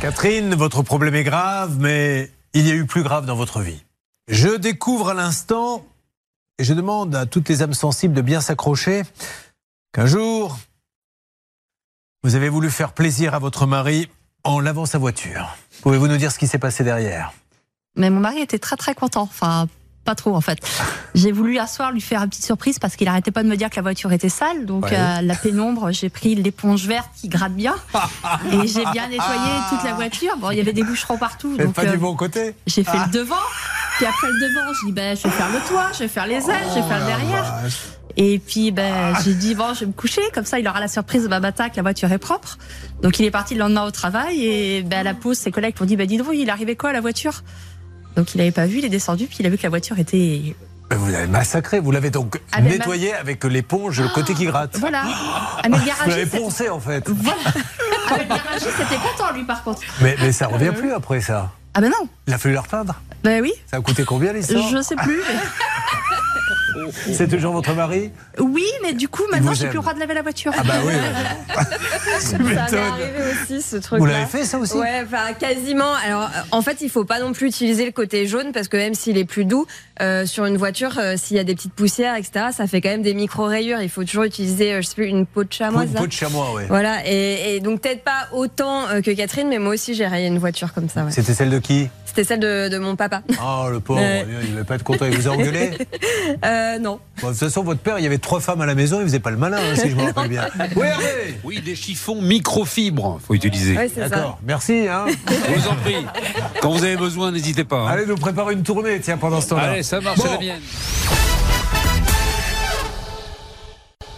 Catherine, votre problème est grave, mais il y a eu plus grave dans votre vie. Je découvre à l'instant, et je demande à toutes les âmes sensibles de bien s'accrocher, qu'un jour, vous avez voulu faire plaisir à votre mari en lavant sa voiture. Pouvez-vous nous dire ce qui s'est passé derrière Mais mon mari était très très content. Enfin, pas trop en fait. J'ai voulu un soir lui faire une petite surprise parce qu'il arrêtait pas de me dire que la voiture était sale. Donc Ouais. euh, la pénombre, j'ai pris l'éponge verte qui gratte bien et j'ai bien nettoyé toute la voiture. Bon, il y avait des boucherons partout. C'est Donc pas euh, du bon Ah. côté j'ai fait le devant. Puis après le devant, je dis ben je vais faire le toit, je vais faire les ailes, je vais faire le derrière. Et puis ben Ah. j'ai dit bon, je vais me coucher comme ça il aura la surprise de ma matin que la voiture est propre. Donc il est parti le lendemain au travail et ben à la pause ses collègues m'ont dit ben dis donc il arrivait quoi à la voiture. Donc il n'avait pas vu, il est descendu puis il a vu que la voiture était Mais Vous l'avez massacré, vous l'avez donc Ah, mais nettoyé avec l'éponge, le côté qui gratte. voilà. Ah, mais le Vous l'avez garagiste, c'est- poncé en fait. voilà. Ah, mais le garagiste était content lui par contre. Mais, mais ça Euh. revient plus après ça. Ah ben non. Il a fallu la repeindre. Ben oui, Ça a coûté combien l'histoire je sais plus. C'est toujours votre mari mais- Oui, mais du coup maintenant vous j'ai plus aime. le droit de laver la voiture. Ah bah oui. Tu Ça m'est m'étonnes. arrivé aussi ce truc. Vous l'avez fait ça aussi Ouais, enfin quasiment. Alors euh, en fait, il faut pas non plus utiliser le côté jaune parce que même s'il est plus doux euh, sur une voiture, euh, s'il y a des petites poussières, etc., ça fait quand même des micro rayures. Il faut toujours utiliser, euh, je sais plus, une peau de chamois. Une ça peau de chamois, ouais. Voilà. Et, et donc peut-être pas autant euh, que Catherine, mais moi aussi j'ai rayé une voiture comme ça. ouais. C'était celle de qui C'était celle de, de mon papa. Oh, le pauvre, Ouais. il ne devait pas être content, il vous a engueulé. Euh, non. Bon, de toute façon, votre père, il y avait trois femmes à la maison, il faisait pas le malin, hein, si je me rappelle bien. Oui, Hervé Oui, des chiffons microfibres, faut utiliser. Ouais, c'est ça. D'accord, merci. Hein. Je vous en prie. Quand vous avez besoin, n'hésitez pas. hein. Allez, nous prépare une tournée, tiens, pendant ce temps-là. Allez, ça marche, Bon. c'est la mienne.